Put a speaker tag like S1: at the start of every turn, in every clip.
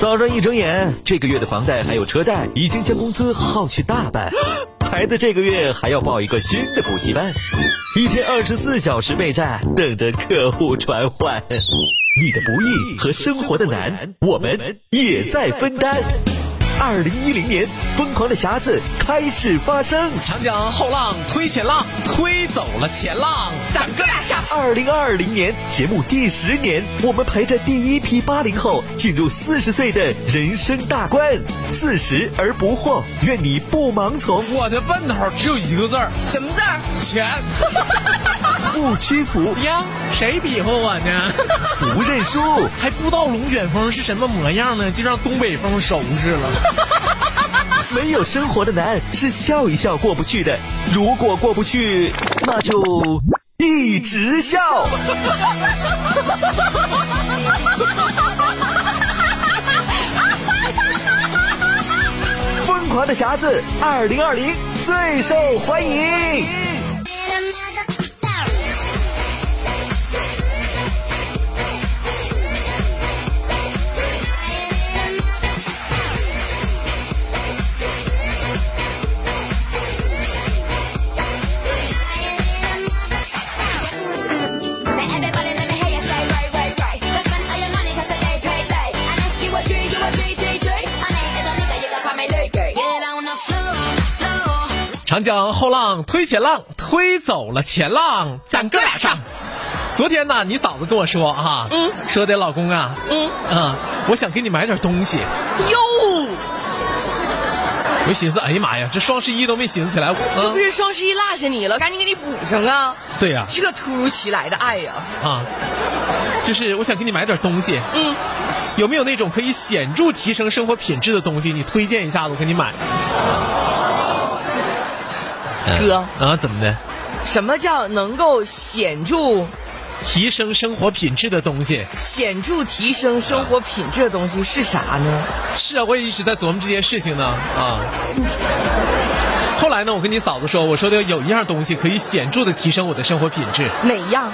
S1: 早上一睁眼，这个月的房贷还有车贷已经将工资耗去大半，孩子这个月还要报一个新的补习班，一天二十四小时备战，等着客户传唤。你的不易和生活的难，我们也在分担。二零一零年，疯狂的匣子开始发生。
S2: 长江后浪推前浪，推走了前浪，咱们哥俩上。
S1: 二零二零年节目第十年，我们陪着第一批八零后进入四十岁的人生大关。四十而不惑，愿你不盲从，
S2: 我的奔头只有一个字儿，
S3: 什么字儿？
S2: 钱。
S1: 不屈服，
S2: 呀，谁比划我呢？
S1: 不认输。
S2: 还不知道龙卷风是什么模样呢，就让东北风收拾 了。
S1: 没有生活的难是笑一笑过不去的，如果过不去，那就一直笑。疯狂的匣子，二零二零最受欢迎。
S4: Now everybody let me hear you say right, right, right. Let's spend all your money 'cause I lay, pay, lay. I know you a G, you a G, G, G. My name is Anika, you can call me Nikki. Get on the floor, floor.
S2: 长江后浪推前浪，推走了前浪，咱哥俩上。昨天呢，你嫂子跟我说啊，嗯，说的老公啊，嗯，啊，我想给你买点东西，
S3: 哟，
S2: 我寻思，哎呀妈呀，这双十一都没寻思起来，我
S3: 这不
S2: 啊
S3: 是双十一落下你了，赶紧给你补上啊！
S2: 对呀、
S3: 这突如其来的爱呀、
S2: 啊，就是我想给你买点东西，嗯，有没有那种可以显著提升生活品质的东西？你推荐一下子，我给你买。
S3: 哥，
S2: 啊，怎么的？
S3: 什么叫能够显著
S2: 提升生活品质的东西
S3: 显著提升生活品质的东西是啥呢？
S2: 是啊，我也一直在琢磨这件事情呢啊。后来呢，我跟你嫂子说，我说的有一样东西可以显著的提升我的生活品质
S3: 哪样？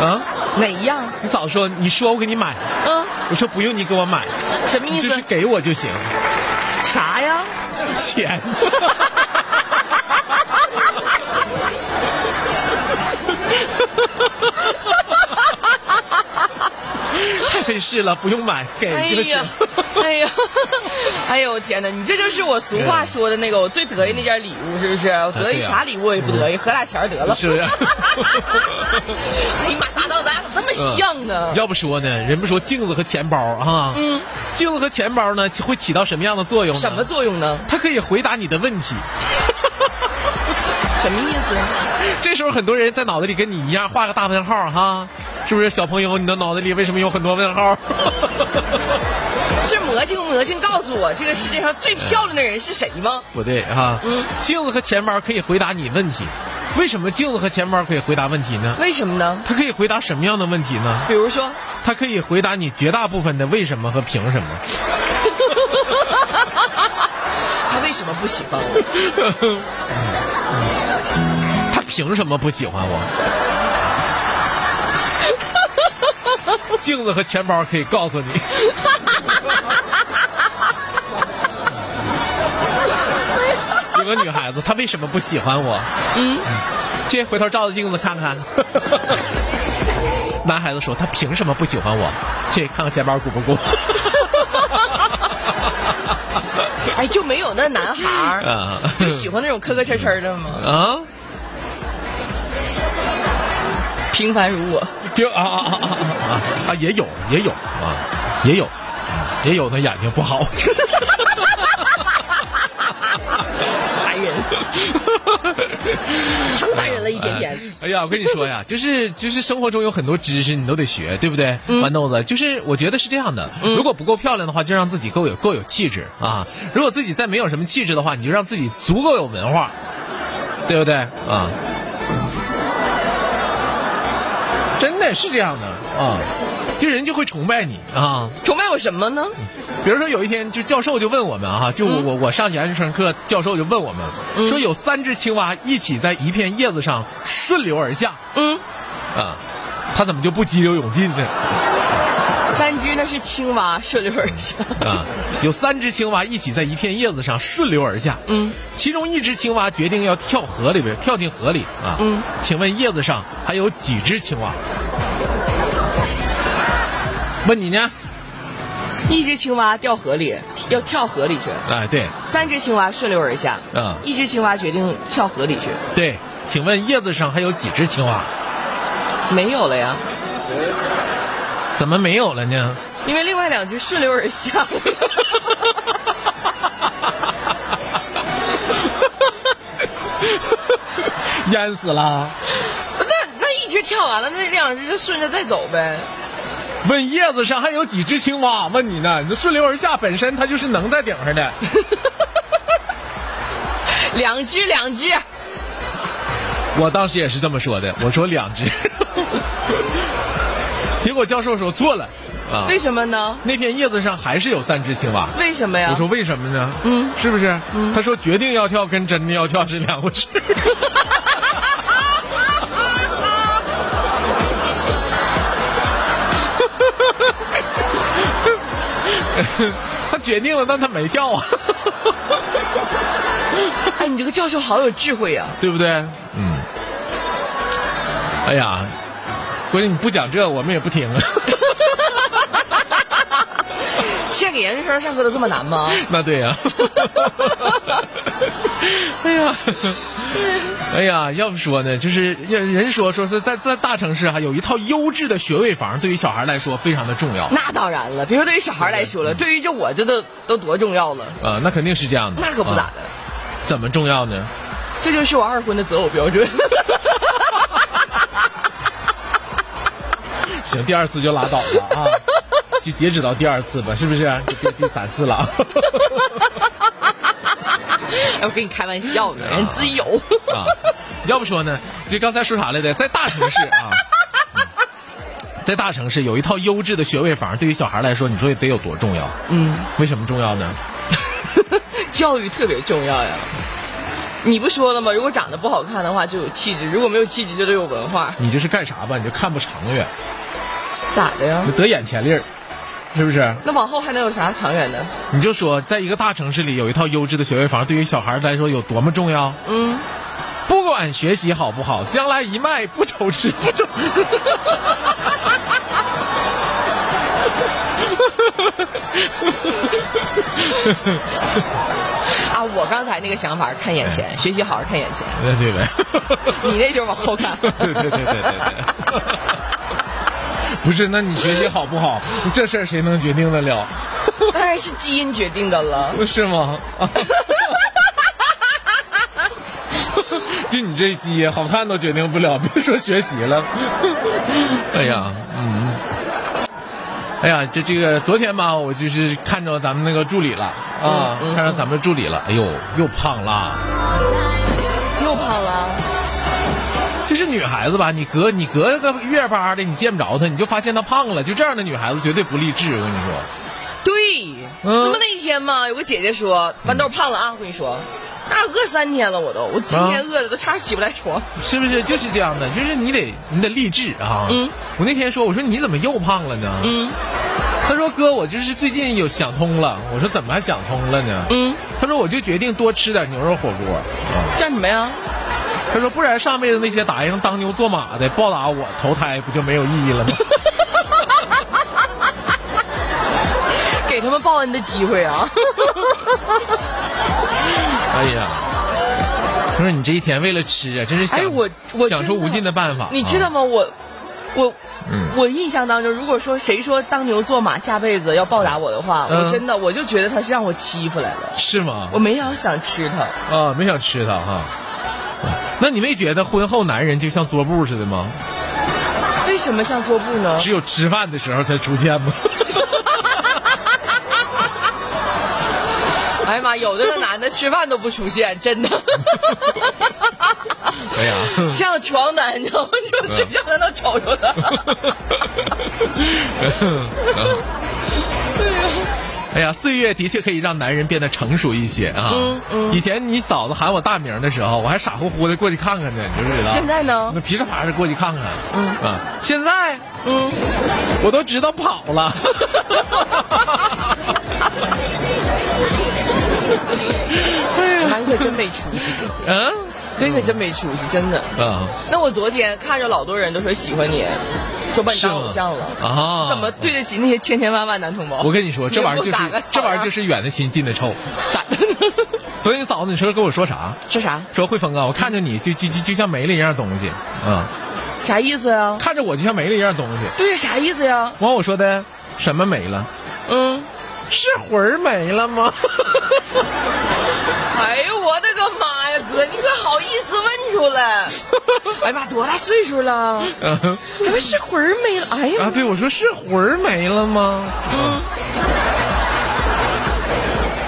S2: 啊。
S3: 哪样？
S2: 你嫂子说，你说我给你买，
S3: 嗯，
S2: 我说不用你给我买，
S3: 什么
S2: 你
S3: 意思？
S2: 就是给我就行，
S3: 啥呀？
S2: 钱。 太费事了，不用买，
S3: 哎
S2: 给就行
S3: 呀。，哎呀， 哎呦我天哪！你这就是我俗话说的那个，我最得意那件礼物，是不是？我得意
S2: 嗯哎对呀嗯
S3: 啥礼物我也不得意，合俩钱儿得了。
S2: 是不 是
S3: 哎呀妈，搭档咱俩咋这么像呢？
S2: 要不说呢，人不说镜子和钱包啊，嗯，镜子和钱包呢会起到什么样的作用呢？
S3: 什么？作用呢？
S2: 它可以回答你的问题。
S3: 什么意思？
S2: 这时候很多人在脑子里跟你一样画个大问号哈，是不是？小朋友，你的脑子里为什么有很多问号？
S3: 是魔镜魔镜告诉我这个世界上最漂亮的人是谁吗？
S2: 不对哈，
S3: 嗯，
S2: 镜子和钱包可以回答你问题。为什么镜子和钱包可以回答问题呢？
S3: 为什么呢？
S2: 它可以回答什么样的问题呢？
S3: 比如说，
S2: 它可以回答你绝大部分的为什么和凭什么。
S3: 他为什么不喜欢 我？
S2: 他凭什么不喜欢我？ 镜子和钱包可以告诉你。 有个女孩子，她为什么不喜欢我？嗯，这回头照着镜子看 看。男孩子说：“他凭什么不喜欢我？”这看看钱包鼓不鼓？
S3: 哎，就没有那男孩儿
S2: 啊
S3: 就喜欢那种磕磕碜碜的吗？
S2: 啊！
S3: 平凡如我，
S2: 就啊啊啊啊啊啊！也有也有啊，也有嗯也有那眼睛不好。
S3: 烦人， 成烦人了一点点。
S2: 哎呀，我跟你说 呀，就是就是生活中有很多知识你都得学，对不对？
S3: 嗯
S2: 豌豆子，就是我觉得是这样的，如果不够漂亮的话，就让自己够有够有气质啊；如果自己再没有什么气质的话，你就让自己足够有文化，对不对啊？真的是这样的啊，就人就会崇拜你啊。
S3: 崇拜我什么呢？
S2: 比如说有一天，就教授就问我们啊，就我、我我上研究生课，教授就问我们、说有三只青蛙一起在一片叶子上顺流而下，
S3: 嗯，
S2: 啊，他怎么就不激流勇进呢？
S3: 三只那是青蛙顺流而下，
S2: 啊，有三只青蛙一起在一片叶子上顺流而下。嗯，其中一只青蛙决定要跳河里边，跳进河里啊。嗯，请问叶子上还有几只青蛙？问你呢？
S3: 一只青蛙掉河里，要跳河里去；
S2: 哎，对
S3: 三只青蛙顺流而下，
S2: 嗯
S3: 一只青蛙决定跳河里去，
S2: 对，请问叶子上还有几只青蛙？
S3: 没有了呀，
S2: 怎么没有了呢？
S3: 因为另外两只顺流而下。
S2: 淹死了。
S3: 那那一只跳完了，那两只就顺着再走呗。
S2: 问叶子上还有几只青蛙？问你呢？你这顺流而下本身它就是能在顶上的。
S3: 两只，两只，
S2: 啊我当时也是这么说的，我说两只，结果教授说错了啊。
S3: 为什么呢？
S2: 那片叶子上还是有三只青蛙。
S3: 为什么呀
S2: 我？说为什么呢？嗯，是不是？他说决定要跳跟真的要跳是两回事。 他决定了，但他没跳啊，
S3: 哎，你这个教授好有智慧呀、啊
S2: 对不对？嗯。哎呀，关键你不讲这，我们也不听 啊。
S3: 现在给研究生上课都这么难吗？
S2: 那对 呀、哎呀，哎呀，要不说呢，就是人人说说是在在大城市啊，有一套优质的学位房，对于小孩来说非常的重要啊、
S3: 那当然了，别说对于小孩来说了，对于这我这都都多重要了，
S2: 啊那肯定是这样的。
S3: 那可不咋
S2: 啊
S3: 的。
S2: 怎么重要呢？
S3: 这就是我二婚的择偶标准。
S2: 行，第二次就拉倒了 啊，就截止到第二次吧，是不是？就别第三次了啊。
S3: 哎我跟你开玩笑呢，人自己有。
S2: 啊，要不说呢，这刚才说啥来着？在大城市啊，嗯在大城市有一套优质的学位房，对于小孩来说，你说得有多重要？嗯，为什么重要呢？
S3: 教育特别重要呀。你不说了吗？如果长得不好看的话，就有气质；如果没有气质，就得有文化。
S2: 你就是干啥吧，你就看不长远，
S3: 咋的呀
S2: 就？得眼前利儿，是不是？
S3: 那往后还能有啥长远的？
S2: 你就说，在一个大城市里有一套优质的学位房，对于小孩来说有多么重要？嗯，不管学习好不好，将来一卖不愁吃不 愁。
S3: 啊，我刚才那个想法，看眼前，学习好好看眼前。
S2: 对对呗。
S3: 你那就是往后看。
S2: 对对对对对对。 不是，那你学习好不好，这事儿谁能决定得了？
S3: 当然是基因决定的了。
S2: 是吗？ 就你这鸡，好看都决定不了，别说学习了。哎呀，嗯，哎呀，这这个昨天吧，我就是看着咱们那个助理了啊，看着咱们助理了，哎呦，又胖了。
S3: 又胖了，
S2: 就是女孩子吧，你隔你隔个月巴的，你见不着她，你就发现她胖了。就这样的女孩子绝对不励志，我跟你说。
S3: 对，
S2: 嗯
S3: 那么那天嘛，有个姐姐说豌豆胖了啊，我跟你说，那饿三天了我都，我今天
S2: 啊
S3: 饿的都差点起不来床。
S2: 是不是就是这样的？就是你得你得励志啊！嗯，我那天说，我说你怎么又胖了呢？嗯，他说哥，我就是最近有想通了。我说怎么还想通了呢？
S3: 嗯，
S2: 他说我就决定多吃点牛肉火锅。
S3: 干什么呀？
S2: 他说不然上辈子那些答应当牛做马的报答我投胎不就没有意义了吗？
S3: 给他们报恩的机会啊！
S2: 哎呀，他说你这一天为了吃啊，真是想、
S3: 哎，我我
S2: 想出
S3: 真的嗯
S2: 无尽的办法。
S3: 你知
S2: 啊
S3: 道吗？我我。我印象当中，如果说谁说当牛做马下辈子要报答我的话，
S2: 嗯
S3: 我真的我就觉得他是让我欺负来了，
S2: 是吗？
S3: 我没想想吃他。
S2: 啊，没想吃它哈。那你没觉得婚后男人就像桌布似的吗？
S3: 为什么像桌布呢？
S2: 只有吃饭的时候才出现 吗？
S3: 哎呀妈，有的那男的吃饭都不出现，真的
S2: 哎呀，
S3: 像床单，你知道吗？你说睡觉难道瞅 着他？
S2: 哎呀，岁月的确可以让男人变得成熟一些啊。
S3: 嗯嗯
S2: 以前你嫂子喊我大名的时候，我还傻乎乎的过去看看呢，你知不知道？
S3: 现在呢
S2: 那？噼里啪啦过去看看。
S3: 嗯
S2: 啊，现在
S3: 嗯，
S2: 我都知道跑 了。
S3: 南哥真没出息，
S2: 嗯
S3: 哥哥真没出息，真的。
S2: 啊，
S3: 那我昨天看着老多人都说喜欢你，说把你当偶像了
S2: 是吗啊
S3: 怎么对得起那些千千万万男同胞？
S2: 我跟你说，这玩意儿就
S3: 你给我打
S2: 是
S3: 个
S2: 这玩意儿就是是远的亲近的臭。
S3: 咋的？
S2: 昨天嫂子，你说跟我说啥？
S3: 说啥？
S2: 说慧峰啊，我看着你就就就就像没了一样东西啊、
S3: 啥意思啊呀、
S2: 看着我就像没了一样东西。
S3: 对，啥意思呀？
S2: 完我说的什么没了？
S3: 嗯，
S2: 是魂儿没了吗？
S3: 哎呦我的个妈呀，哥，你可好意思问出来？哎呀妈，多大岁数了？
S2: 嗯
S3: 还没是魂儿没了？哎呀
S2: 啊，对，我说是魂儿没了吗？嗯。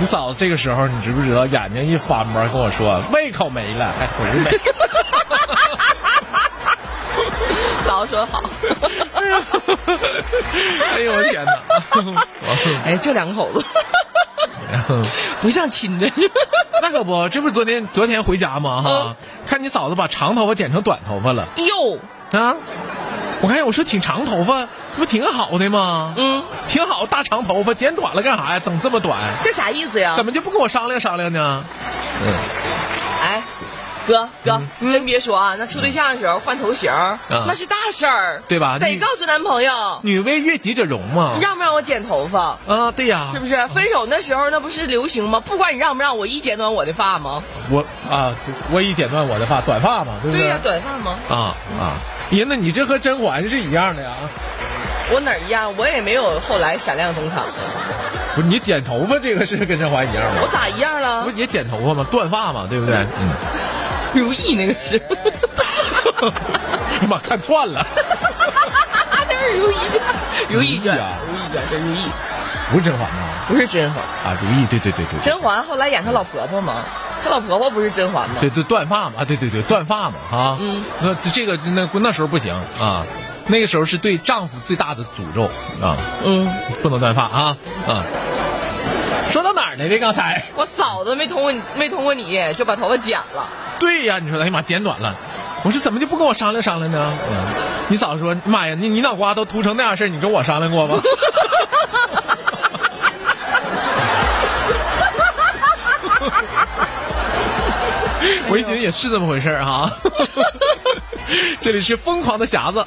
S2: 你嫂子这个时候，你知不知道？眼睛一翻吧，跟我说胃口没了，还魂儿没 了。
S3: 嫂子说得好。
S2: 哎呦我天哪！
S3: 哎，这两口子不像亲的，
S2: 那可不，这不是昨天昨天回家吗？
S3: 嗯
S2: 哈，看你嫂子把长头发剪成短头发了
S3: 哟，
S2: 啊！我看我说挺长头发，这不挺好的吗？
S3: 嗯，啊
S2: 挺好，大长头发剪短了干啥呀？整这么短，
S3: 这啥意思呀？
S2: 怎么就不跟我商量商量呢？
S3: 哎，哥哥，真别说啊，那处对象的时候换头型儿，
S2: 嗯
S3: 那是大事儿，
S2: 对吧
S3: 得
S2: 你
S3: 告诉男朋友，
S2: 女为悦己者容嘛。
S3: 让不让我剪头发？
S2: 啊，对呀，
S3: 是不是？分手那时候那不是流行吗？不管你让不让我，一剪短我的发吗？
S2: 我啊，我已剪断我的发，短发嘛，对不
S3: 对
S2: 对？
S3: 呀，短发吗？
S2: 啊啊！爷，那你这和甄嬛是一样的呀？
S3: 我哪儿一样？我也没有后来闪亮登 场，
S2: 不是，你剪头发这个是跟甄嬛一样
S3: 我
S2: 吗？
S3: 咋一样了
S2: 不？也剪头发吗？断发嘛，对不对？嗯。
S3: 如意那个 是，
S2: 哎呀妈，看串了。
S3: 那是如意，如意
S2: 如
S3: 传
S2: 懿啊，
S3: 如意传，这如意
S2: 不是甄嬛吗？
S3: 不是甄嬛，
S2: 啊，如懿，对对对对对
S3: 甄嬛后来演她老婆婆嘛，她老婆婆不是甄嬛吗？
S2: 对对断发嘛，啊对对对断发嘛，啊，
S3: 嗯，
S2: 那这个那那时候不行啊，那个时候是对丈夫最大的诅咒啊，
S3: 嗯。
S2: 不能断发啊啊。说到哪儿来的？刚才
S3: 我嫂子没通过你，没通过你就把头发剪了。
S2: 对呀，你说哎呀妈，剪短了。我说怎么就不跟我商量商量呢？嗯、你嫂子说，妈呀，你你脑瓜都秃成那样式儿你跟我商量过吗？ 我一寻思也是这么回事儿、哈。这里是疯狂的匣子，